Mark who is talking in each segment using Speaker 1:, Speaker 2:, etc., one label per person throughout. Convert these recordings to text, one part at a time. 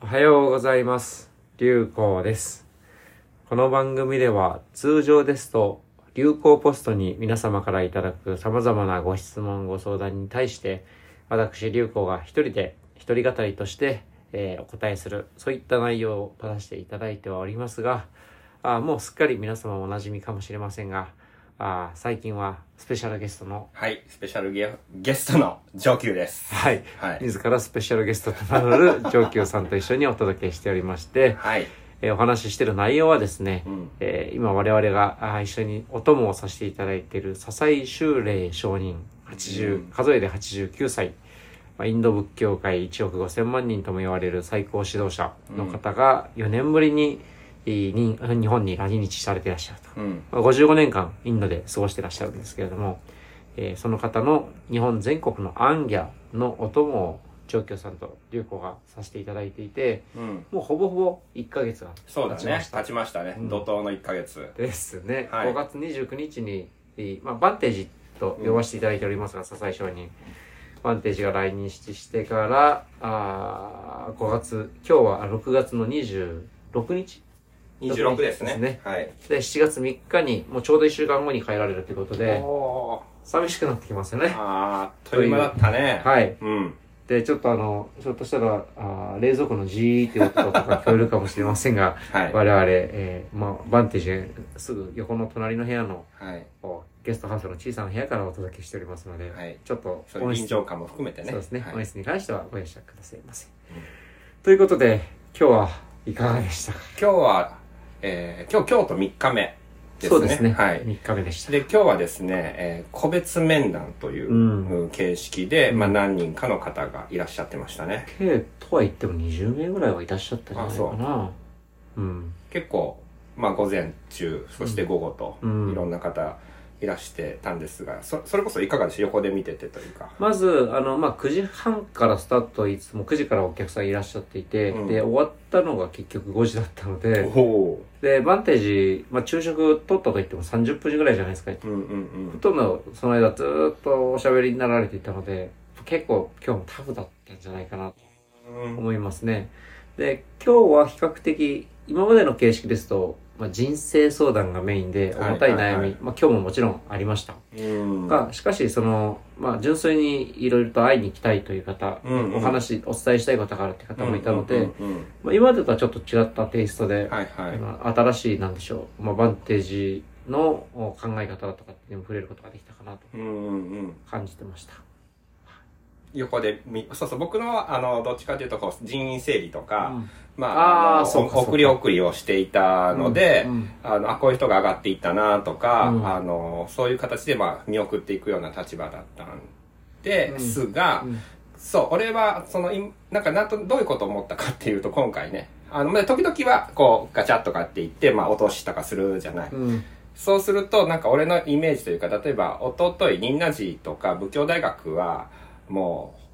Speaker 1: はようございます。流行です。この番組では通常ですと流行ポストに皆様からいただく様々なご質問ご相談に対して私流行が一人で一人語りとして、えーお答えするそういった内容を取らせていただいてはおりますがあーもうすっかり皆様おなじみかもしれませんがあー最近はスペシャルゲストの
Speaker 2: はい、スペシャルゲゲストの上級です。
Speaker 1: はい、
Speaker 2: はい
Speaker 1: 自らスペシャルゲストとなる上級さんと一緒にお届けしておりまして、
Speaker 2: はい。
Speaker 1: えーお話ししてる内容はですね、
Speaker 2: うん。
Speaker 1: えー今我々があー一緒にお供をさせていただいている笹井修霊上人80、
Speaker 2: うん
Speaker 1: 数えで89歳、まあ、インド仏教界1億5000万人とも言われる最高指導者の方が4年ぶりにえーに日本に来日されていらっしゃると。
Speaker 2: うん。
Speaker 1: まあ55年間インドで過ごしてらっしゃるんですけれども、えーその方の日本全国のアンギャのお供を上京さんと流行がさせていただいていて、
Speaker 2: うん。
Speaker 1: もうほぼほぼ1ヶ月が
Speaker 2: そうだ
Speaker 1: 経ちま
Speaker 2: ね
Speaker 1: し。た
Speaker 2: 経ちましたね。
Speaker 1: うん
Speaker 2: 怒涛の1ヶ月。
Speaker 1: ですね、
Speaker 2: はい
Speaker 1: 5月29日に、えーまあ、バンテージと呼ばせていただいておりますが、笹井商人バンテージが来日してからあ5月今日は6月の26日
Speaker 2: 26ですね。
Speaker 1: ですね
Speaker 2: はい。
Speaker 1: で7月3日にもうちょうど1週間後に帰られるということで
Speaker 2: おー
Speaker 1: 寂しくなってきますよね
Speaker 2: あー、という間だったね。
Speaker 1: はい
Speaker 2: うん。
Speaker 1: でちょっとあのひょっとしたらあー冷蔵庫のジーって音とか聞こえるかもしれませんが
Speaker 2: はい。
Speaker 1: 我々、えーまあ、バンテージすぐ横の隣の部屋の
Speaker 2: はい。
Speaker 1: ゲストハウスの小さな部屋からお届けしておりますので、
Speaker 2: はい
Speaker 1: ちょっと
Speaker 2: そういう臨場感も含めてね。
Speaker 1: そうですね、
Speaker 2: はい
Speaker 1: 音質に関してはご容赦くださいませ、
Speaker 2: うん
Speaker 1: ということで今日はいかがでしたか
Speaker 2: 今日は、えー、今日京都3日目ですね。
Speaker 1: そうですね、
Speaker 2: はい。
Speaker 1: 3日目でした
Speaker 2: で今日はですね、えー個別面談という
Speaker 1: うん
Speaker 2: うん形式で、
Speaker 1: うん
Speaker 2: まあ、何人かの方がいらっしゃってましたね
Speaker 1: K とは言っても20名ぐらいはいらっしゃったんじゃないかなうん
Speaker 2: 結構、まあ、午前中そして午後と、
Speaker 1: うん
Speaker 2: いろんな方いらしてたんですがそそれこそいかがでしょう横で見ててというか
Speaker 1: まずあの、まあ、9時半からスタートと言いつつも9時からお客さんいらっしゃっていて、
Speaker 2: うん
Speaker 1: で終わったのが結局5時だったので
Speaker 2: おお
Speaker 1: でバンテージ、まあ、昼食取ったと言っても30分ぐらいじゃないですか
Speaker 2: うんうん
Speaker 1: ほとんどその間ずーっとおしゃべりになられていたので、結構今日もタフだったんじゃないかなと
Speaker 2: うんうん
Speaker 1: 思いますね。で、今日は比較的、今までの形式ですと、まあ、人生相談がメインで
Speaker 2: はい
Speaker 1: 重たい悩み、
Speaker 2: はいはい
Speaker 1: まあ、今日ももちろんありました。
Speaker 2: うん
Speaker 1: が、しかしその、まあ、純粋にいろいろと会いに行きたいという方、
Speaker 2: うんうん
Speaker 1: お話、お伝えしたいことがあるって方もいたので、
Speaker 2: うんうん
Speaker 1: まあ、今までとはちょっと違ったテイストで
Speaker 2: うん、はいはい
Speaker 1: まあ新しい、なんでしょう、まあ、バンテージのお考え方だとかっていうのも触れることができたかなと
Speaker 2: うんうんうん
Speaker 1: 感じてました。
Speaker 2: 横で見そうそう僕のはあのどっちかというとこう人員整理とか、
Speaker 1: うん
Speaker 2: ま
Speaker 1: あー
Speaker 2: ああの
Speaker 1: そうかそうか
Speaker 2: お送り送りをしていたので、
Speaker 1: うん
Speaker 2: あの、あ、こういう人が上がっていったなとか、
Speaker 1: うん
Speaker 2: あの、そういう形で、まあ、見送っていくような立場だったんです
Speaker 1: う
Speaker 2: が、
Speaker 1: ん
Speaker 2: そう、俺は、その、いなんか、なんと、どういうことを思ったかっていうと、今回ね、あの、まあ時々は、こう、ガチャッとかって言って、まあ、落としたかするじゃない。
Speaker 1: うん
Speaker 2: そうすると、なんか俺のイメージというか、例えば、おととい、仁和寺とか、仏教大学は、もう、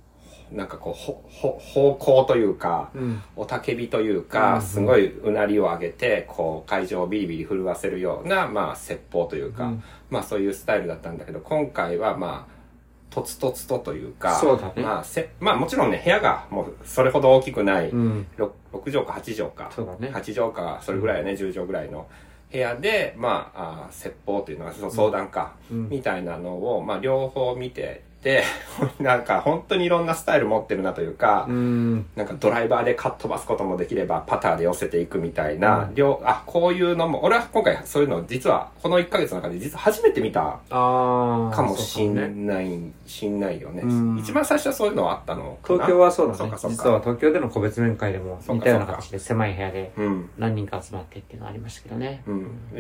Speaker 2: なんかこう、ほ、ほ、方向というか、
Speaker 1: うん
Speaker 2: 雄たけびという
Speaker 1: うんうん
Speaker 2: か、すごいうなりを上げて、こう、会場をビリビリ震わせるような、まあ、説法という
Speaker 1: う
Speaker 2: か、
Speaker 1: ん
Speaker 2: まあ、そういうスタイルだったんだけど、今回は、まあ、とつとつとというか、
Speaker 1: そうだね
Speaker 2: まあ、せ、まあ、もちろんね、部屋が、もう、それほど大きくない、
Speaker 1: うん
Speaker 2: ろ6畳か8畳か、
Speaker 1: そうだね
Speaker 2: 8畳か、それぐらいやね、10畳ぐらいの部屋で、まあ、あー説法というのは、そう相談か、
Speaker 1: うん
Speaker 2: みたいなのを、まあ、両方見てて、 なんか、本当にいろんなスタイル持ってるなというか、
Speaker 1: うん
Speaker 2: なんかドライバーでかっ飛ばすこともできれば、パターで寄せていくみたいうな、
Speaker 1: ん
Speaker 2: 両、あ、こういうのも、俺は今回そういうの実は、この1ヶ月の中で実は初めて見た
Speaker 1: ああ
Speaker 2: かもしん
Speaker 1: そう
Speaker 2: な
Speaker 1: か
Speaker 2: い
Speaker 1: もね、
Speaker 2: しんないよね
Speaker 1: うん。
Speaker 2: 一番最初はそういうのはあったのかな。
Speaker 1: 東京はそうだね
Speaker 2: そうかそうか
Speaker 1: 実は東京での個別面会でも
Speaker 2: そうか
Speaker 1: 似たような形で狭い部屋で
Speaker 2: うん。
Speaker 1: 何人か集まってっていうのありましたけどね
Speaker 2: う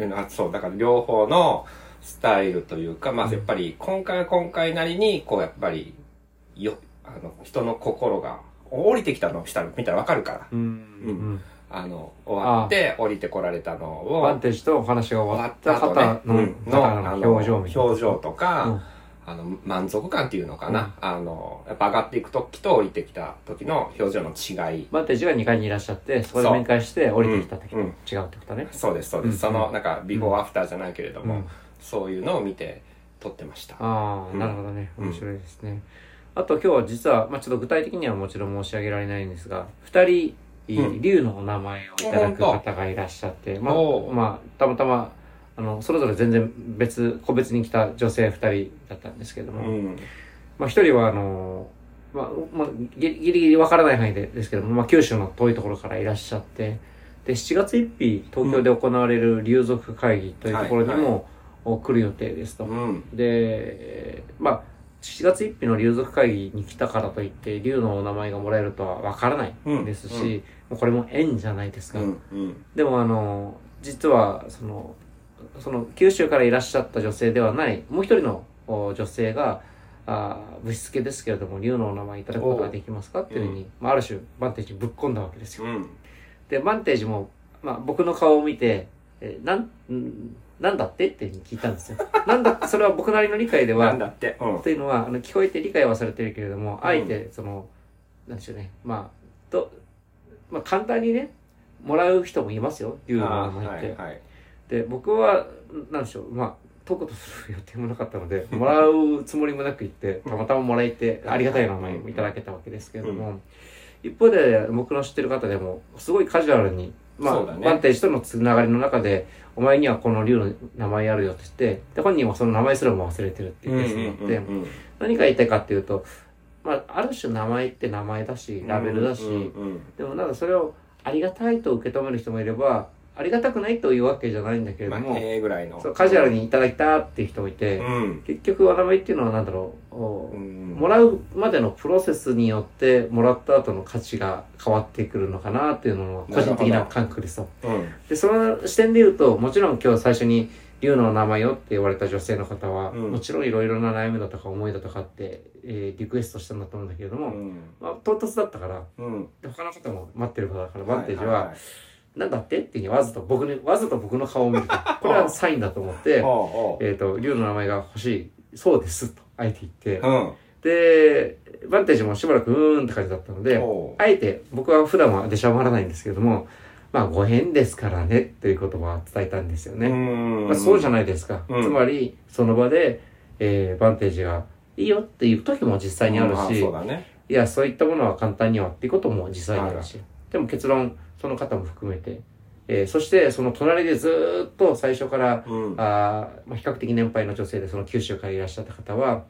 Speaker 2: ん。あそう、だから両方のスタイルというか、まあやっぱり今回は今回なりに、こうやっぱり、よ、あの、人の心が降りてきたの、したの、見たらわかるから。
Speaker 1: うん
Speaker 2: うんあの、終わって降りてこられたの
Speaker 1: うん
Speaker 2: を、
Speaker 1: バンテージとお話が終わった方の,、
Speaker 2: うん
Speaker 1: 方の表情みたいな
Speaker 2: 表情とか、
Speaker 1: うん
Speaker 2: あの満足感っていうのかな、あのやっぱ上がっていく時と降りてきた時の表情の違い
Speaker 1: バンテージが2階にいらっしゃってそこで面会して降りてきた時と
Speaker 2: うん
Speaker 1: 違
Speaker 2: う
Speaker 1: うんってことね、
Speaker 2: そうですそうです、
Speaker 1: うん
Speaker 2: そのなんかビフォーアフターじゃないけれども、
Speaker 1: うん
Speaker 2: そういうのを見て撮ってました
Speaker 1: ああ、
Speaker 2: うん
Speaker 1: なるほどね
Speaker 2: うん
Speaker 1: 面白いですね、あと今日は実は、まあ、ちょっと具体的にはもちろん申し上げられないんですが2人
Speaker 2: うん
Speaker 1: 竜のお名前をいただく方がいらっしゃって、まあ
Speaker 2: おう、
Speaker 1: まあ、たまたま、あの、それぞれ全然別、個別に来た女性二人だったんですけど
Speaker 2: う
Speaker 1: も、
Speaker 2: ん。
Speaker 1: まあ一人はあの、まあ、まあ、ギリギリわからない範囲でですけども、まあ九州の遠いところからいらっしゃって、で、7月1日、東京で行われる竜族会議というところに
Speaker 2: はいは
Speaker 1: も、お来る予定ですと。
Speaker 2: うん。
Speaker 1: で、えーまあ、7月1日の竜族会議に来たからといって、竜のお名前がもらえるとはわからないですし、
Speaker 2: うんうん
Speaker 1: もうこれも縁じゃないです
Speaker 2: う
Speaker 1: か。
Speaker 2: ん。うん。
Speaker 1: でもあの、実は、その、その九州からいらっしゃった女性ではない、もう一人のお女性が、あーぶしつけですけれども、竜のお名前いただくことができますかっていうふうに、まあ、ある種、バンテージにぶっ込んだわけですよ。
Speaker 2: うん。
Speaker 1: で、バンテージも、まあ、僕の顔を見て、えーなん、んなんだってっていうふうに聞いたんですよ。なんだって、それは僕なりの理解で
Speaker 2: な
Speaker 1: は
Speaker 2: ん、だって。うん。
Speaker 1: というのは、あの、聞こえて理解はされてるけれども、
Speaker 2: うん
Speaker 1: あえて、その、なんでしょうね、まあ、と、まあ、簡単にね、もらう人もいますよ、いうの
Speaker 2: あ
Speaker 1: を
Speaker 2: ー
Speaker 1: 言っ
Speaker 2: は
Speaker 1: て、
Speaker 2: いはい。
Speaker 1: で、僕は、なんでしょう、まあ、とことする予定もなかったの で、もらうつもりもなく行って、たまたまもらえて、ありがたい名前をいただけたわけですけれども、一方で、僕の知ってる方でも、すごいカジュアルに、ま
Speaker 2: そ
Speaker 1: あ、
Speaker 2: うだね
Speaker 1: バンテージとのつながりの中で、お前にはこの竜の名前あるよって言って、で、本人はその名前すらも忘れてるっていうケースもあって、
Speaker 2: うん
Speaker 1: 何が言いたいかっていうと、まあ、ある種名前って名前だし、ラベルだし、
Speaker 2: うんうん
Speaker 1: でもなんかそれをありがたいと受け止める人もいれば、ありがたくないというわけじゃないんだけ
Speaker 2: う
Speaker 1: れ
Speaker 2: ん。
Speaker 1: ど
Speaker 2: まあ
Speaker 1: も、
Speaker 2: ええぐらいの。
Speaker 1: そうカジュアルにいただいたっていう人もいて、
Speaker 2: うん。
Speaker 1: 結局、わらめっていうのは何だろう、お
Speaker 2: うん。
Speaker 1: もらうまでのプロセスによって、もらった後の価値が変わってくるのかなっていうのが、個人的
Speaker 2: なる
Speaker 1: な
Speaker 2: ほど
Speaker 1: 感覚ですと。
Speaker 2: うん。
Speaker 1: で、その視点で言うと、もちろん今日最初に、竜のお名前よって言われた女性の方は、
Speaker 2: うん
Speaker 1: もちろんいろいろな悩みだとか思いだとかって、えーリクエストしたんだと思うんだけれども、
Speaker 2: うん。
Speaker 1: まあ、唐突だったから、
Speaker 2: うん。
Speaker 1: で他の方も待ってる方だから、バンテージは、
Speaker 2: いいい
Speaker 1: なんだってっていうふうにわざと僕に、わざと僕の顔を 見ると。これはサインだと思って、
Speaker 2: おう
Speaker 1: えっと、竜の名前が欲しい。そうです。と、あえて言って。
Speaker 2: おう。
Speaker 1: で、バンテージもしばらくうーんって感じだったの
Speaker 2: う
Speaker 1: で
Speaker 2: ん。、おう
Speaker 1: あえて、僕は普段は出しゃばらないんですけども、まあ、ご縁ですからね、っていう言葉は伝えたんですよね。
Speaker 2: ん
Speaker 1: まあ、そうじゃ
Speaker 2: ない。
Speaker 1: ないですか。
Speaker 2: うん
Speaker 1: つまり、その場で、えーバンテージが、いいよっていう時も実際にある
Speaker 2: うん
Speaker 1: し
Speaker 2: そう、だね。
Speaker 1: いや、そういったものは簡単にはっていうことも実際にあるし。でも結論、その方も含めて。えーそして、その隣でずーっと最初から、
Speaker 2: うん。
Speaker 1: あーまあ、比較的年配の女性で、その九州からいらっしゃった方は、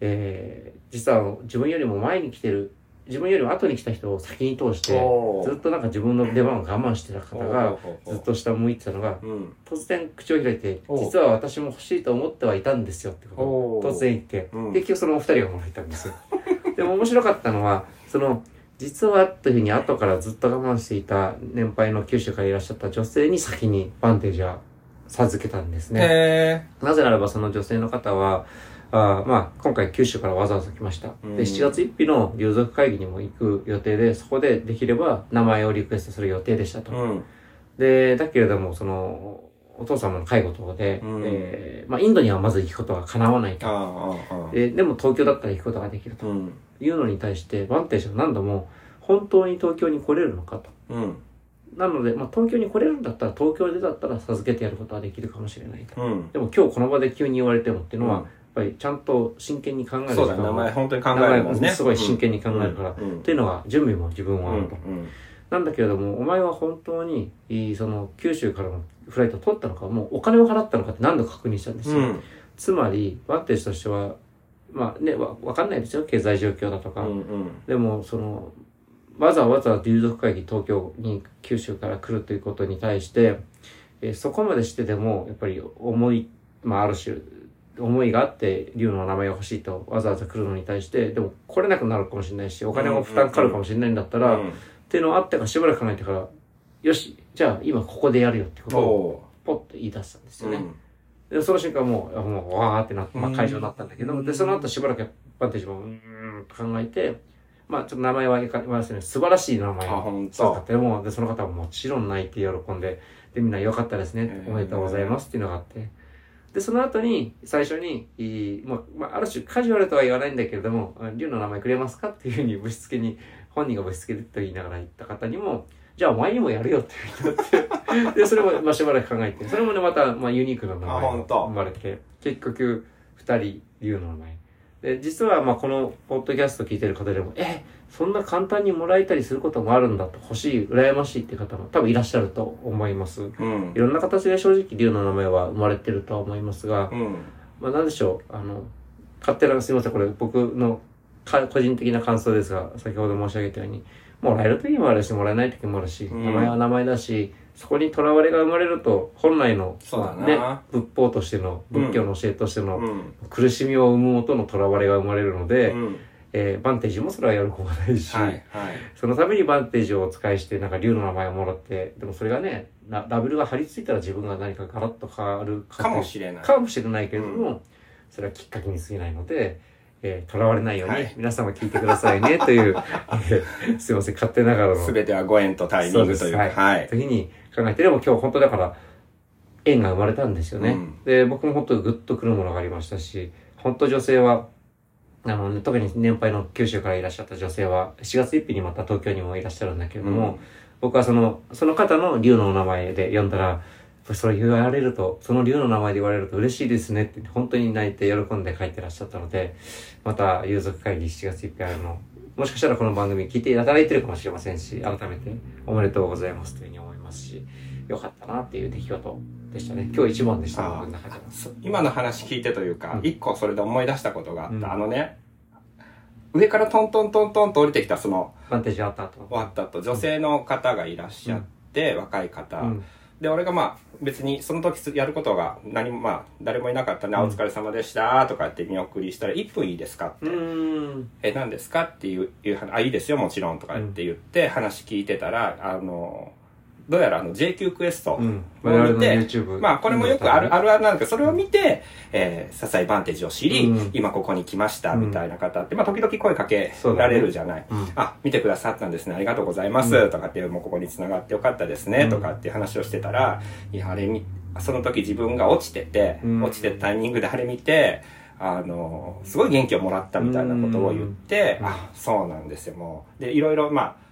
Speaker 1: えー実は自分よりも前に来てる、自分よりも後に来た人を先に通して、
Speaker 2: おう
Speaker 1: ずっとなんか自分の出番を我慢してた方が、、ずっと下向いてたのが、
Speaker 2: うん。
Speaker 1: 突然口を開いて、
Speaker 2: お
Speaker 1: 実は私も欲しいと思ってはいたんですよってことを
Speaker 2: おう
Speaker 1: 突然言って、
Speaker 2: うん
Speaker 1: で結局そのお二人がもらえたん ですよでも面白かったのはその実はというふうに後からずっと我慢していた年配の九州からいらっしゃった女性に先にバンテージは授けたんですね、
Speaker 2: へ
Speaker 1: なぜならばその女性の方はあーまあ、今回九州からわざわざ来ました。
Speaker 2: うん
Speaker 1: で、7月1日の流族会議にも行く予定で、そこでできれば名前をリクエストする予定でした
Speaker 2: え。
Speaker 1: と。
Speaker 2: うん。
Speaker 1: で、だけれども、その、お父様の介護等で、
Speaker 2: うん
Speaker 1: えーまあ、インドにはまず行くことは叶わない
Speaker 2: あ
Speaker 1: と。
Speaker 2: あ、ああ。
Speaker 1: ででも東京だったら行くことができると
Speaker 2: うん。
Speaker 1: いうのに対して、バンテージは何度も、本当に東京に来れるのかと。
Speaker 2: うん。
Speaker 1: なので、まあ、東京に来れるんだったら、東京でだったら授けてやることはできるかもしれないと。
Speaker 2: うん。
Speaker 1: でも今日この場で急に言われてもっていうのは、
Speaker 2: うん
Speaker 1: やっぱりちゃんと真剣に考える
Speaker 2: そうだね。名前
Speaker 1: が
Speaker 2: 本当に考えるもん
Speaker 1: 名前も
Speaker 2: ね。
Speaker 1: すごい真剣に考えるから
Speaker 2: うん。
Speaker 1: というのが、準備も自分
Speaker 2: う
Speaker 1: はある
Speaker 2: ん
Speaker 1: と。
Speaker 2: うん。
Speaker 1: なんだけれども、お前は本当に、いいその、九州からのフライトを取ったのか、もうお金を払ったのかって何度か確認したんです
Speaker 2: う
Speaker 1: よ。
Speaker 2: ん。
Speaker 1: つまり、バンテージとしては、まあね、わ、わかんないですよ、経済状況だと
Speaker 2: う
Speaker 1: か。
Speaker 2: ん。うん。
Speaker 1: でも、その、わざわざ留属会議東京に九州から来るということに対して、えーそこまでしてでも、やっぱり思い、まあある種、思いがあって、竜の名前が欲しいとわざわざ来るのに対して、でも来れなくなるかもしれないし、お金も負担かかるかもしれないんだったら、
Speaker 2: うん
Speaker 1: っていうのがあってからしばらく考えてから、よし、じゃあ今ここでやるよってことを
Speaker 2: お
Speaker 1: ポッと言い出したんです
Speaker 2: う
Speaker 1: よね。
Speaker 2: ん。
Speaker 1: で、その瞬間もう、あもうわーってなって、まあ
Speaker 2: うん
Speaker 1: 会場になったんだけど、で、その後しばらくバンテージもうーんと考えて、まあちょっと名前はいかりませんね。素晴らしい名前
Speaker 2: あ、
Speaker 1: を
Speaker 2: ほん
Speaker 1: 使
Speaker 2: と
Speaker 1: っ。て、もうで、その方はもちろん泣いて喜んで、で、みんな良かったですね
Speaker 2: へ。ー
Speaker 1: おめでとうございますっていうのがあって。で、その後に、最初に、いいまあ、まあ、ある種カジュアルとは言わないんだけれども、あ竜の名前くれますかっていうふうにぶしつけに、本人がぶしつけると言いながら言った方にも、じゃあお前にもやるよって言われて、で、それも、まあ、しばらく考えて、それもね、また、まあ、ユニークな名前
Speaker 2: あほ
Speaker 1: が
Speaker 2: んと
Speaker 1: 生まれて、結局、二人、竜の名前。で、実は、まあ、この、ポッドキャスト聞いてる方でも、え、そんな簡単にもらえたりすることもあるんだと、欲しい、羨ましいって方も多分いらっしゃると思います。
Speaker 2: うん
Speaker 1: い。ろんな形で正直龍の名前は生まれてるとは思いますが、
Speaker 2: うん。
Speaker 1: まあなんでしょう、あの、勝手な、すいません、これ僕のか個人的な感想ですが、先ほど申し上げたように、もらえる時もあるし、もらえない時もあるし、
Speaker 2: うん
Speaker 1: 名前は名前だし、そこにとらわれが生まれると、本来の、
Speaker 2: そうだな
Speaker 1: ね、仏法としての、仏教の教えとしての、
Speaker 2: うん。
Speaker 1: 苦しみを生む音のとらわれが生まれるので、
Speaker 2: うん。
Speaker 1: えーバンテージもそれは喜ばないし、
Speaker 2: はい。はい。
Speaker 1: そのためにバンテージをお使いして、なんか竜の名前をもらって、でもそれがね、ララベルが貼り付いたら自分が何かガラッと変わる
Speaker 2: かもしれない。
Speaker 1: かもしれないけれども、それはきっかけに過ぎないので、えー、とらわれないように、
Speaker 2: はい
Speaker 1: 皆様聞いてくださいね、という、えーすいません、勝手ながらの
Speaker 2: すべてはご縁とタイミングという
Speaker 1: そう
Speaker 2: か。
Speaker 1: です
Speaker 2: はい。
Speaker 1: 時に考えて、でも今日本当だから、縁が生まれたんですよね。
Speaker 2: うん
Speaker 1: で、僕も本当グッとくるものがありましたし、本当女性は、あの、特に年配の九州からいらっしゃった女性は、4月1日にまた東京にもいらっしゃるんだけれども、僕はその、その方の竜のお名前で呼んだら、それ言われると、その竜の名前で言われると嬉しいですねって、本当に泣いて喜んで書いてらっしゃったので、また、友族会議7月1日あるの、もしかしたらこの番組聞いていただいてるかもしれませんし、改めておめでとうございますというふうに思いますし、よかったなっていう出来事でしたね。今日一番でした、
Speaker 2: あー
Speaker 1: 僕の中では。
Speaker 2: そ今の話聞いてというか
Speaker 1: う、ん
Speaker 2: 一個それで思い出したことがあった。
Speaker 1: うん
Speaker 2: あのね、上からトントントントンと降りてきたその、
Speaker 1: バンテージあった後。
Speaker 2: 終わったと女性の方がいらっしゃって、若い方。
Speaker 1: うん。
Speaker 2: で、俺がまあ、別にその時すやることが何も、まあ、誰もいなかったんで、あ
Speaker 1: うん
Speaker 2: お疲れ様でしたとかって見送りしたら、1分いいですかって。
Speaker 1: うーん。
Speaker 2: え、何ですかっていう、いう話、あ、いいですよ、もちろん、とかって言って、話聞いてたら、あの、どうやらあの、JQ クエストを
Speaker 1: う
Speaker 2: 見
Speaker 1: ん。我々の
Speaker 2: て、
Speaker 1: YouTube。
Speaker 2: まあ、これもよくある、
Speaker 1: あ
Speaker 2: あるあるなんだけど、それを見て、えー、笹井バンテージを知り、
Speaker 1: うん
Speaker 2: 今ここに来ました、
Speaker 1: うん
Speaker 2: みたいな方って、まあ、時々声かけられるじゃない。
Speaker 1: うん。
Speaker 2: あ、見てくださったんですね。ありがとうございます。
Speaker 1: うん
Speaker 2: とかって、もうここに繋がってよかったですね。
Speaker 1: うん
Speaker 2: とかって話をしてたら、いや、あれ見、その時自分が落ちてて、
Speaker 1: うん
Speaker 2: 落ちてるタイミングであれ見て、あの、すごい元気をもらったみたいなことを言って、
Speaker 1: うん
Speaker 2: あ、そうなんですよ、もう。で、いろいろ、まあ、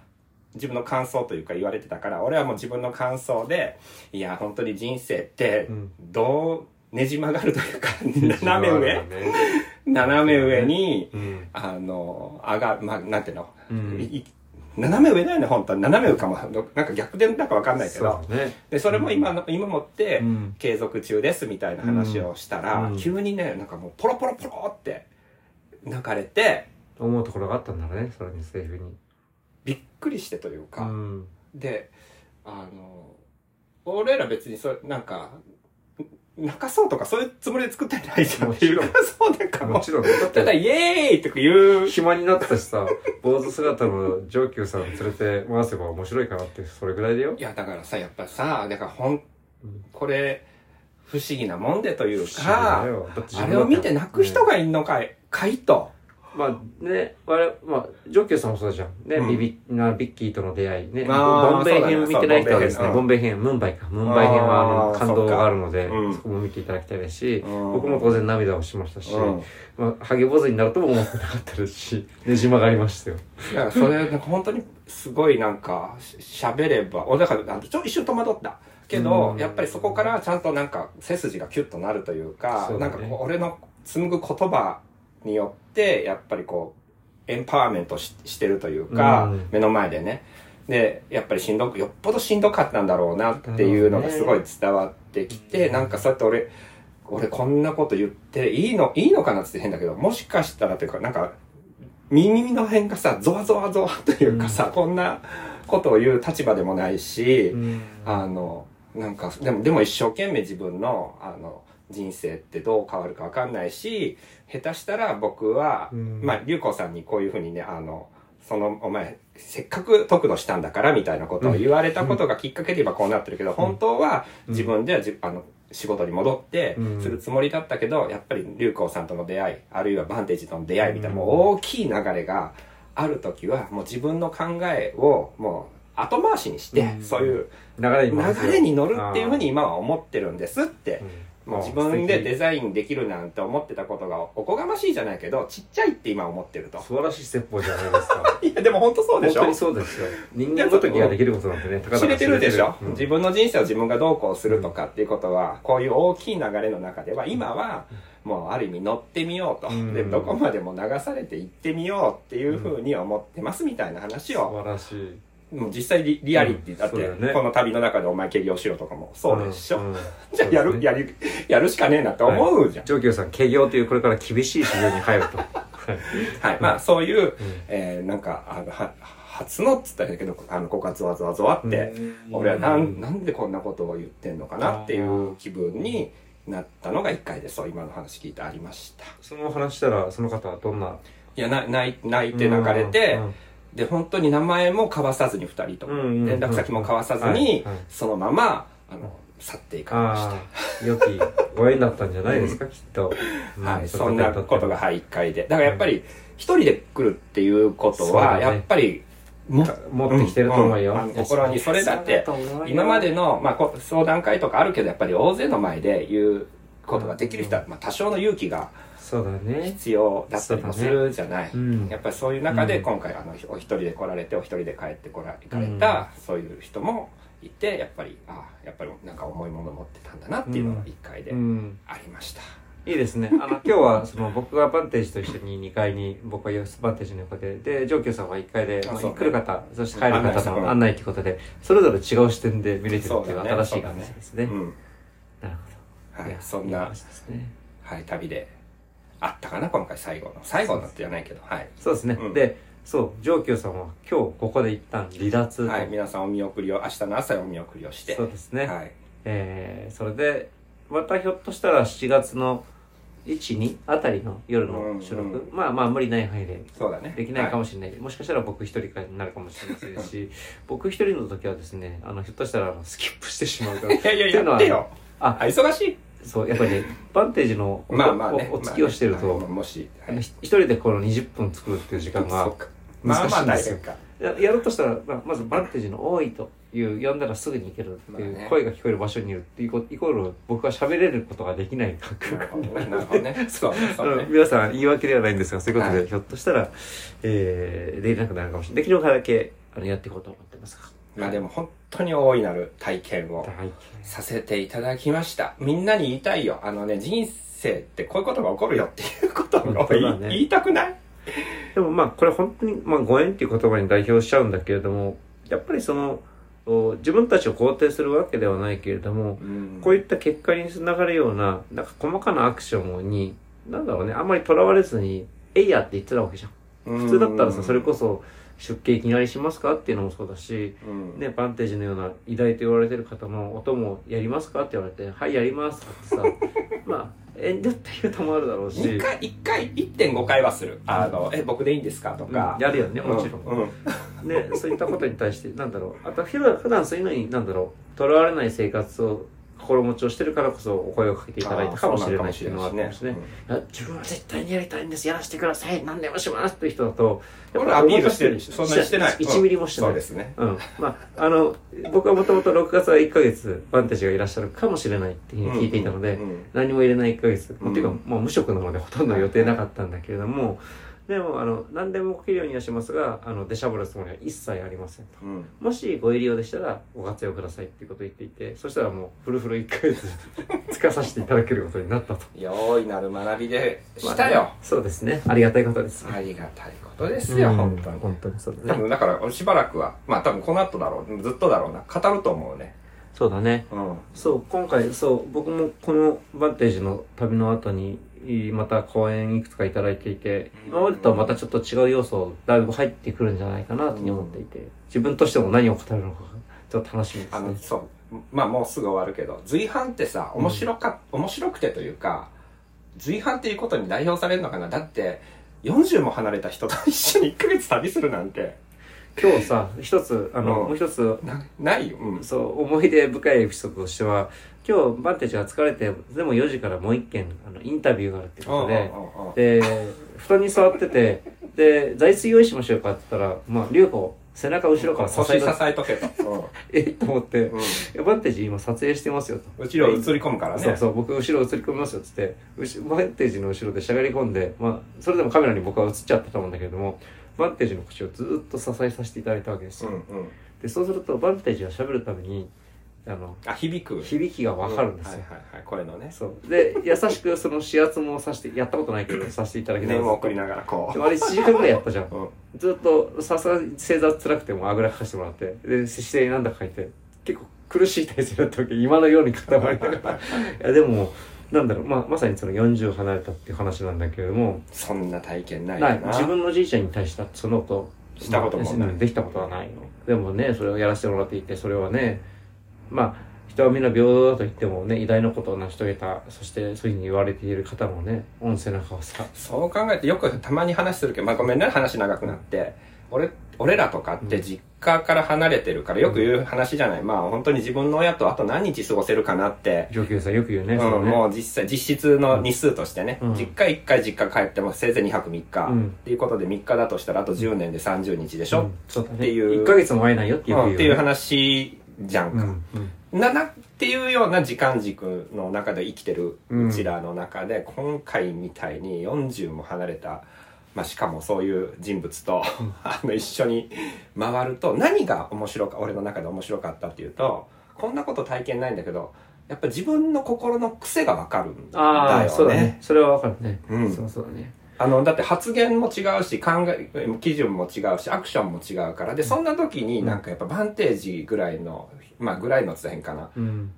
Speaker 2: 自分の感想というか言われてたから、俺はもう自分の感想で、いや、本当に人生って
Speaker 1: うん、
Speaker 2: どうねじ曲がるとい うか、 斜め上
Speaker 1: め上
Speaker 2: 斜め上に、
Speaker 1: うん。
Speaker 2: あの、上が、まあ、なんていうの、
Speaker 1: うん
Speaker 2: いい斜め上だよね、本当は。斜め上かも。なんか逆転だかわかんないけど。
Speaker 1: そうだね。
Speaker 2: で、それも今の、今もって、
Speaker 1: うん
Speaker 2: 継続中ですみたいな話をした
Speaker 1: う
Speaker 2: ら、
Speaker 1: ん
Speaker 2: 急にね、なんかもうポロポロポロって泣かれて、
Speaker 1: 思うところがあったんだろうね、それにセーフに。
Speaker 2: びっくりしてとい
Speaker 1: う
Speaker 2: うか、
Speaker 1: ん。
Speaker 2: で、あの、俺ら別にそれ、なんか、泣かそうとかそういうつもりで作ってないじゃん。
Speaker 1: もちろん
Speaker 2: 泣かそうなんかも
Speaker 1: も
Speaker 2: う
Speaker 1: ちろん、だった
Speaker 2: だ
Speaker 1: て
Speaker 2: イエーイとか言う
Speaker 1: 暇になったしさ、坊主姿の上級さん連れて回せば面白いかなって、それぐらいだよ
Speaker 2: い。や、だからさ、やっぱさ、だからほん
Speaker 1: うん、
Speaker 2: これ、不思議なもんでという
Speaker 1: 不思
Speaker 2: か
Speaker 1: 議だ、よだって自
Speaker 2: あ
Speaker 1: 分
Speaker 2: れを見て泣く人
Speaker 1: ね
Speaker 2: がいんのかい、かいと。
Speaker 1: まあね、我々、まあ、上級さんもそうじゃん。ね、
Speaker 2: う
Speaker 1: ビ
Speaker 2: ん
Speaker 1: ビなビッキーとの出会いね。
Speaker 2: あー
Speaker 1: ボンベイ編を見てない人はですね、
Speaker 2: そう
Speaker 1: ボ
Speaker 2: ボ
Speaker 1: ンベイ編、ムンバイか。ムンバイ編はあ
Speaker 2: あ
Speaker 1: の、
Speaker 2: ー
Speaker 1: 感動があるので、
Speaker 2: そっかうん
Speaker 1: そこも見ていただきたいですし、
Speaker 2: うん
Speaker 1: 僕も当然涙をしましたし、まあ、ハゲ坊主になるとも思ってなかったです し、ねじ曲がりましたよ。
Speaker 2: いや、それ、なんか本当にすごいなんか、し喋れば、俺だから、あのちょ、一瞬戸惑った。けど
Speaker 1: う、ん
Speaker 2: やっぱりそこからちゃんとなんか、背筋がキュッとなるというか、
Speaker 1: そうだ
Speaker 2: なん
Speaker 1: ね
Speaker 2: かこう、俺の紡ぐ言葉によって、やっぱりこう、エンパワーメントししてるというか、
Speaker 1: うん
Speaker 2: 目の前でね。で、やっぱりしんどく、よっぽどしんどかったんだろうなっていうのがすごい伝わってきて、
Speaker 1: うん
Speaker 2: なんかそうやって俺、俺こんなこと言っていいの、いいのかなって変だけど、もしかしたらというか、なんか、耳の辺がさ、ゾワゾワゾワというかさ、こんなことを言う立場でもないし、あの、なんか、でも、でも一生懸命自分の、あの、人生ってどう変わるかわかんないし、下手したら僕は、
Speaker 1: うん
Speaker 2: まあ、龍子さんにこういうふうにね、あの、その、お前、せっかく得度したんだから、みたいなことを言われたことがきっかけで今こうなってるけど、本当は
Speaker 1: うん
Speaker 2: 自分ではじ、あの、仕事に戻って
Speaker 1: うん、
Speaker 2: するつもりだったけど、やっぱり龍子さんとの出会い、あるいはバンテージとの出会いみたいな、
Speaker 1: うん
Speaker 2: もう大きい流れがある時は、もう自分の考えを、もう後回しにして、
Speaker 1: うん
Speaker 2: そういう、
Speaker 1: 流れに乗る
Speaker 2: 流れに乗るっていうふうに、今は思ってるんですって
Speaker 1: うん、
Speaker 2: もう自分でデ
Speaker 1: 素
Speaker 2: ザインできるなんて思ってたことがおこがましいじゃないけどちっちゃいって今思ってると
Speaker 1: 敵素晴らしいステップじゃないですか
Speaker 2: いやでも本当 そうで
Speaker 1: 本
Speaker 2: しょ
Speaker 1: 当にそうですよ人間ごときができることなんてねたかだか
Speaker 2: 知れてるでしょ、
Speaker 1: うん
Speaker 2: 自分の人生を自分がどうこうするとかっていうことは、こういう大きい流れの中では今はもうある意味乗ってみようと、
Speaker 1: うん
Speaker 2: でどこまでも流されて行ってみようっていうふうに思ってますみたいな話を、
Speaker 1: 晴らしい。
Speaker 2: もう実際リリアリティだって、
Speaker 1: うんそうだね
Speaker 2: この旅の中でお前蹴りをしろとかもそうでしょ、
Speaker 1: んん
Speaker 2: じゃあやる、
Speaker 1: そうですね
Speaker 2: やるやるしかねえなって思うじゃん、
Speaker 1: 上京さん、企業というこれから厳しい修行に入る と。はい
Speaker 2: はい、まあそういう、えーなんかあのは初のっつったらいいけどあの枯渇わざわざわって、
Speaker 1: うん
Speaker 2: 俺はなん,、
Speaker 1: うん
Speaker 2: なんでこんなことを言ってんのかなっていう気分になったのが一回ですそう今の話聞いてありました
Speaker 1: その話したら、その方はどんない
Speaker 2: やな泣い泣いて泣かれて、
Speaker 1: うん
Speaker 2: で本当に名前も交わさずに二人とも、
Speaker 1: うんうんうん
Speaker 2: 連絡先も交わさずに、
Speaker 1: はいはい
Speaker 2: そのままあの去っていかれまし
Speaker 1: あ
Speaker 2: た
Speaker 1: あ、良きご縁だったんじゃないですか、きっと。うん
Speaker 2: はい、そんなことが、。
Speaker 1: う
Speaker 2: はい、一回で。だからやっぱり、一人で来るっていうことは、
Speaker 1: そうだね
Speaker 2: やっぱり、も
Speaker 1: 持ってきてると思うよ
Speaker 2: んんあの心に、それだって、今までの、まあこ、相談会とかあるけど、やっぱり大勢の前で言うことができる人は、まあ、多少の勇気が
Speaker 1: そうだね。
Speaker 2: 必要だったりもするじゃない。
Speaker 1: うん
Speaker 2: やっぱりそういう中で、
Speaker 1: うん
Speaker 2: 今回、あの、お一人で来られて、お一人で帰ってこら、行かれた、そういう人もいて、やっぱり、ああ、やっぱりなんか重いもの持ってたんだなっていうのが一回で
Speaker 1: うん。
Speaker 2: ありました。
Speaker 1: いいですね。あの、今日は、その、僕がバンテージと一緒に2階に、僕はバンテージの横で、で、上級さんは1階で、
Speaker 2: あ
Speaker 1: まあ
Speaker 2: そうね
Speaker 1: 来る方、そして帰る
Speaker 2: 案内して
Speaker 1: 方
Speaker 2: もらう
Speaker 1: の案内ということで、それぞれ違う視点で見れてるっていう
Speaker 2: そうだね
Speaker 1: 新しい感じですね
Speaker 2: う。ん。
Speaker 1: なるほ
Speaker 2: は
Speaker 1: ど。
Speaker 2: い
Speaker 1: や、
Speaker 2: そん
Speaker 1: いい
Speaker 2: な
Speaker 1: 話ですね
Speaker 2: はい、旅で。あったかな今回最後の。最後のってじゃないけど、はい。
Speaker 1: そうですね。
Speaker 2: うん
Speaker 1: で、そう、上級さんは今日ここで一旦離脱と。
Speaker 2: はい、皆さんお見送りを、明日の朝お見送りをして。
Speaker 1: そうですね。
Speaker 2: はい。
Speaker 1: えーそれでまたひょっとしたら7月の12あたりの夜の収録、
Speaker 2: うんうん
Speaker 1: まあまあ無理ない範囲で
Speaker 2: そうだね。
Speaker 1: できないか
Speaker 2: も
Speaker 1: もしれない、もしかしたら僕一人かになるかもしれません し僕一人の時はですねあのひょっとしたらあのスキップしてしまうか も
Speaker 2: いやいや
Speaker 1: っていうの
Speaker 2: や
Speaker 1: は
Speaker 2: ってよ。
Speaker 1: あ
Speaker 2: あ、忙しい。
Speaker 1: そうやっぱりねバンテージのお,お、
Speaker 2: まあまあね。
Speaker 1: お付きをしてると、
Speaker 2: まあねはいもし、
Speaker 1: あ
Speaker 2: はい
Speaker 1: のひ一人でこの20分作るっていう時間
Speaker 2: そ
Speaker 1: が
Speaker 2: っかまあ
Speaker 1: 難
Speaker 2: ま
Speaker 1: しい
Speaker 2: あ
Speaker 1: んで
Speaker 2: 大
Speaker 1: すよ
Speaker 2: 変か。
Speaker 1: ややろうとしたら、まあまずバンテージの多いという呼んだらすぐに行けるっていう、
Speaker 2: まあね
Speaker 1: 声が聞こえる場所にいるっていうことイコール僕は喋れることができない空
Speaker 2: なる
Speaker 1: 間
Speaker 2: ほどねなるほどね。そうね、
Speaker 1: あ
Speaker 2: そう
Speaker 1: の
Speaker 2: ね。
Speaker 1: 皆さん言い訳ではないんですがそういうことで、
Speaker 2: はい
Speaker 1: ひょっとしたら、えー、できなくなるかもしれないできるだけあのやっていこうと思ってますが
Speaker 2: まあでも本当に大いなる体験を。
Speaker 1: 大
Speaker 2: させていただきました。みんなに言いたいよ。あのね、人生ってこういうことが起こるよっていうことを
Speaker 1: 本当だ
Speaker 2: 言い,、
Speaker 1: ね
Speaker 2: たくない
Speaker 1: でもまあこれ本当に、まあ、ご縁っていう言葉に代表しちゃうんだけれどもやっぱりそのお自分たちを肯定するわけではないけれども、こういった結果につながるような、なんか細かなアクションに、なんだろうね、あんまりとらわれずに、えいやって言ってたわけじゃん。普通だったらさ、それこそ、出家いきなりしますかっていうのもそうだし、
Speaker 2: そ、うん
Speaker 1: ね、バンテージのような偉大と言われてる方も、音もやりますかって言われて、はい、やりますとかってさ、 まあ、遠慮っていうともあるだろうし、
Speaker 2: 一回、一回、1.5回はする。あの、え、僕でいいんですかと
Speaker 1: うん
Speaker 2: か。
Speaker 1: やるよね、もちろん。
Speaker 2: うん。
Speaker 1: でそういったことに対してなんだろうあと普段普段そういうのになんだろうとらわれない生活を心持ちをしてるからこそお声をかけていただいたかもしれないっていうのはあるかもしれないいや自分は絶対にやりたいんですやらせてください何でもしますっていう人だと
Speaker 2: 俺アピールしてるそんなにしてない。
Speaker 1: 1ミリもしてな
Speaker 2: そ
Speaker 1: いう
Speaker 2: ですね。
Speaker 1: うん、まああの僕はもともと6月は1ヶ月バンテージがいらっしゃるかもしれないっていうふうに聞いていたので、
Speaker 2: うんうんうん
Speaker 1: 何も入れない1ヶ月、
Speaker 2: うん
Speaker 1: っていうか、まあ、無職なのでほとんど予定なかったんだけれども、でもあの何でも起きるようにはしますがあの出しゃばるつもりは一切ありませんと
Speaker 2: うん。
Speaker 1: もしご入り用でしたらご活用くださいっていうことを言っていてそしたらもうフルフル1ヶ月 つかさせていただけることになったと
Speaker 2: いや大いなる学びでしたよ。
Speaker 1: そうですねありがたいことです
Speaker 2: ありがたいことですよ、
Speaker 1: うん
Speaker 2: 本当に。
Speaker 1: 本当にそう
Speaker 2: 多
Speaker 1: だね
Speaker 2: 分だから、しばらくは、まあ多分この後だろう、ずっとだろうな、語ると思うね。
Speaker 1: そうだね
Speaker 2: うん。
Speaker 1: そう今回そう僕もこのバンテージの旅の後にいまた講演いくつかいただいていて
Speaker 2: うん
Speaker 1: 今までとはまたちょっと違う要素だいぶ入ってくるんじゃないかなと思っていて自分としても何を語るのかがちょっと楽しみで
Speaker 2: あ
Speaker 1: す
Speaker 2: の、
Speaker 1: ね
Speaker 2: そう。まあもうすぐ終わるけど、随伴ってさ、面白か、面白くてというか、随伴っていうことに代表されるのかなだって、40も離れた人と一緒に1ヶ月旅するなんて、
Speaker 1: 今日さ一つあの
Speaker 2: うん
Speaker 1: もう一つ
Speaker 2: なないよ。うん。
Speaker 1: そう思い出深いエピソードとしては今日バンテージが疲れてでも4時からもう一件あのインタビューがあるってことでで、布団に座ってて、で、座椅子用意しましょうかって言ったら、まあ、龍子、背中後ろから支
Speaker 2: 腰
Speaker 1: え
Speaker 2: 支
Speaker 1: が、
Speaker 2: えとけと。
Speaker 1: えっ と思って、
Speaker 2: うん。
Speaker 1: いやバンテージ今撮影してますよと。
Speaker 2: うちら映り込むからね。
Speaker 1: そうそう、僕後ろ映り込みますよって言って、うしバンテージの後ろでしゃがり込んで、まあ、それでもカメラに僕は映っちゃってたもんだけれども、バンテージの口をずっと支えさせていただいたわけですよ。
Speaker 2: うんうん。
Speaker 1: で、そうすると、バンテージが喋るために、あの
Speaker 2: あ、響く。
Speaker 1: 響きがわかるんですよ、
Speaker 2: はいはいはい。声のね。
Speaker 1: そうで優しくその指圧もさしてやったことないけどさせていただきたい
Speaker 2: メ
Speaker 1: です
Speaker 2: モ送りながらこ
Speaker 1: でもあれ1時間ぐらいやったじゃん
Speaker 2: う。うん。
Speaker 1: ずっとさすがに正座辛くてもあぐらかかしてもらってで姿勢なんだか書いて結構苦しい体勢だったわけ今のように固まりなが らいやでもなんだろう、まあ、まさにその40離れたっていう話なんだけれども
Speaker 2: そんな体験ないよ
Speaker 1: な
Speaker 2: ない
Speaker 1: 自分のじいちゃんに対してはそのこと
Speaker 2: したことも
Speaker 1: まあできたことはないよでもねそれをやらせてもらっていてそれはねまあ人はみんな平等だと言ってもね偉大なことを成し遂げたそしてそういうふうに言われている方のね御背中をさ
Speaker 2: そう考えてよくたまに話するけど、まあごめんね、話長くなって。俺、俺らとかって実家から離れてるからよく言う話じゃない。まあ本当に自分の親とあと何日過ごせるかなって。
Speaker 1: 上級さんよく言うね、
Speaker 2: うん
Speaker 1: そのね
Speaker 2: もう実際、実質の日数としてね、
Speaker 1: うん
Speaker 2: 実家1回実家帰ってもせいぜい2泊3日、
Speaker 1: うん
Speaker 2: っていうことで3日だとしたらあと10年で30日でしょ、
Speaker 1: うんそうだね
Speaker 2: っていう
Speaker 1: 1ヶ月も会えないよっていう、
Speaker 2: うんっていう話じゃんか、
Speaker 1: うん
Speaker 2: な、なっていうような時間軸の中で生きてるうちらの中で、今回みたいに40も離れた、まあ、しかもそういう人物と、 あの、一緒に回ると、何が面白か、俺の中で面白かったっていうと、こんなこと体験ないんだけど、やっぱ自分の心の癖がわかるんだよね。
Speaker 1: ああ、そうだね。それはわかるね。
Speaker 2: うん
Speaker 1: そうそうだね。
Speaker 2: あの、だって発言も違うし、考え、基準も違うし、アクションも違うから。で、そんな時になんかやっぱバンテージぐらいの、まあぐらいのって言ったら変かな。
Speaker 1: うん。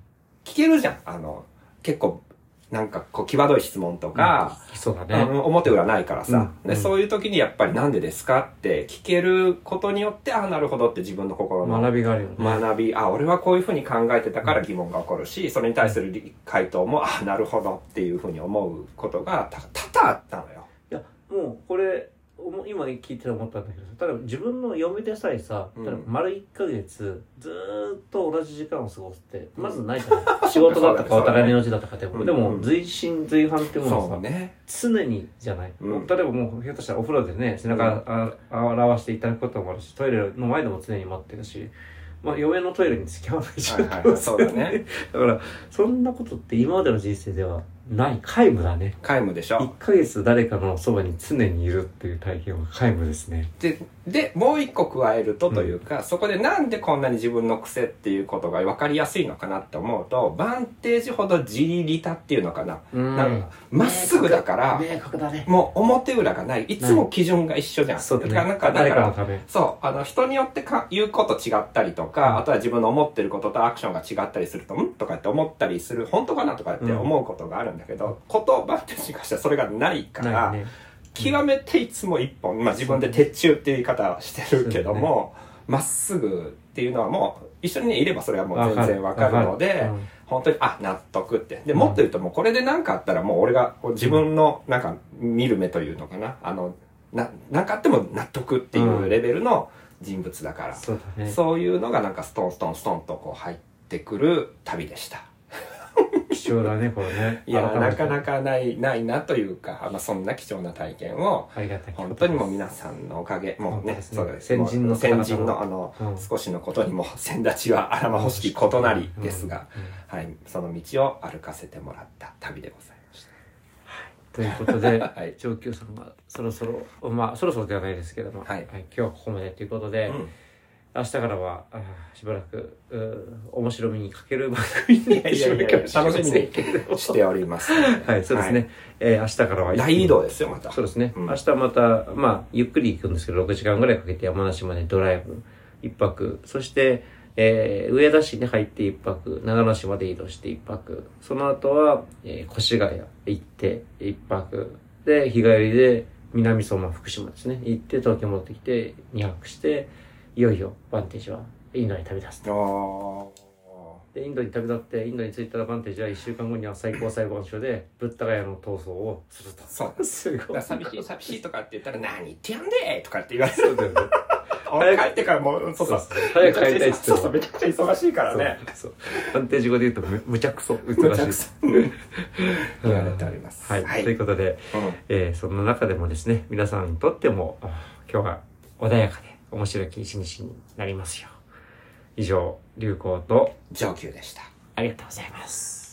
Speaker 2: 聞けるじゃん。あの、結構、なんかこう、際どい質問とか、
Speaker 1: そうだ
Speaker 2: あ
Speaker 1: ね。
Speaker 2: の表裏ないからさ、
Speaker 1: うん
Speaker 2: で
Speaker 1: うん
Speaker 2: そういう時にやっぱりなんでですかって聞けることによって、ああ、なるほどって自分の心の
Speaker 1: 学びがあるよね。
Speaker 2: 学び、あ、俺はこういうふうに考えてたから疑問が起こるし、それに対する理回答も、あ、なるほどっていうふうに思うことがた多々あったのよ。
Speaker 1: いや、もうこれ、おも今聞いてて思ったんだけどただ自分の嫁でさえさ、
Speaker 2: うん
Speaker 1: ただ丸1ヶ月ずーっと同じ時間を過ごすって、まずないじゃ ない仕事だったかお互いの用事だったかでも、
Speaker 2: うん
Speaker 1: でも随心随伴ってものはさ
Speaker 2: そうね。
Speaker 1: 常にじゃない、
Speaker 2: うん
Speaker 1: 例えばもうひょっとしたらお風呂でね背中あ洗わしていただくこともあるしトイレの前でも常に待ってるしまあ嫁のトイレに付き合わない状況
Speaker 2: はいはいはいそうだね
Speaker 1: だからそんなことって今までの人生ではない皆無だね
Speaker 2: 皆無でし
Speaker 1: 1
Speaker 2: ょ
Speaker 1: ヶ月誰かのそばに常にいるっていう体験は皆無ですね
Speaker 2: ででもう一個加えるとというか、そこでなんでこんなに自分の癖っていうことが分かりやすいのかなって思うとバンテージほど自利他っていうのかな
Speaker 1: うん
Speaker 2: なんかまっすぐだから
Speaker 1: 明確だね
Speaker 2: もう表裏がないいつも基準が一緒じゃん、
Speaker 1: そうだね
Speaker 2: からなんかだ
Speaker 1: 誰
Speaker 2: か
Speaker 1: かの
Speaker 2: ら
Speaker 1: ため
Speaker 2: そうあの人によってか言うこと違ったりとか、あとは自分の思ってることとアクションが違ったりすると「ん?」とかって思ったりする本当かなとかって思うことがあるんだけど、ことバンテージがしたらそれがないから。
Speaker 1: ないね
Speaker 2: 極めていつも一本、まあ自分で鉄柱っていう言い方してるけども、ま、っすぐっていうのはもう、一緒にね、いればそれはもう全然わかるの
Speaker 1: わかる
Speaker 2: で
Speaker 1: わかるうん、
Speaker 2: 本当に、あ、納得って。で、もっと言うともうこれで何かあったらもう俺が、自分のなんか見る目というのかな、あの、な、なんかあっても納得っていうレベルの人物だから、
Speaker 1: そうだね
Speaker 2: そういうのがなんかストンストンストンとこう入ってくる旅でした。
Speaker 1: 貴重だねこれね
Speaker 2: いや、
Speaker 1: 改め
Speaker 2: な
Speaker 1: て
Speaker 2: かなかない、ないなというか、まあそんな貴重な体験を、
Speaker 1: ありがたい
Speaker 2: 本当にもう皆さんのおかげ、もうね、
Speaker 1: そ
Speaker 2: そうう
Speaker 1: で
Speaker 2: ですす。
Speaker 1: ね先人の方々
Speaker 2: 先人のあの、
Speaker 1: うん
Speaker 2: 少しのことにも、先立ちはあらまほしきことなりですが、
Speaker 1: うんうん
Speaker 2: はい、その道を歩かせてもらった旅でございました。
Speaker 1: ということ で、
Speaker 2: はい
Speaker 1: 上級さんがそろそろまあそろそろではないですけども、
Speaker 2: はい
Speaker 1: 今日はここまでということで、
Speaker 2: うん
Speaker 1: 明日からはあーしばらくうー面白みに欠ける番組になってしまうかもしれません
Speaker 2: 楽しみに
Speaker 1: けれども
Speaker 2: しております。
Speaker 1: はいそうですね、。えー明日からは
Speaker 2: 大移動ですよ、また。
Speaker 1: そうですね、
Speaker 2: うん
Speaker 1: 明日またまあゆっくり行くんですけど6時間ぐらいかけて山梨までドライブ一泊そして、えー上田市に入って一泊長野市まで移動して一泊その後は、えー越谷行って一泊で日帰りで南相馬福島ですね行って東京戻ってきて2泊していよいよバンテージはインドに旅立つ
Speaker 2: お
Speaker 1: でインドに旅立ってインドに着いたらバンテージは1週間後には最高裁判所でブッダガヤの闘争をすると
Speaker 2: ーそ う。
Speaker 1: す
Speaker 2: だ
Speaker 1: ご
Speaker 2: から
Speaker 1: い
Speaker 2: 寂しい、寂しいとかって言ったら、何言ってやんねえとかって言われて、
Speaker 1: そうだよね
Speaker 2: 俺帰ってからもう、そうそう。
Speaker 1: 早く帰りたいっつって
Speaker 2: そうそう、めちゃくちゃ忙しいからね。
Speaker 1: そうそう。安定事語で言うとむ、むちゃくそ、うつ
Speaker 2: む
Speaker 1: らし
Speaker 2: ちゃ
Speaker 1: い
Speaker 2: く
Speaker 1: で
Speaker 2: ち
Speaker 1: す。
Speaker 2: ゃ 言われております。
Speaker 1: はい。ということで、
Speaker 2: うん
Speaker 1: えーそんな中でもですね、皆さんにとっても、あ今日は穏やかで面白い一日になりますよう。以上、流行と、
Speaker 2: 上級でした。
Speaker 1: ありがとうございます。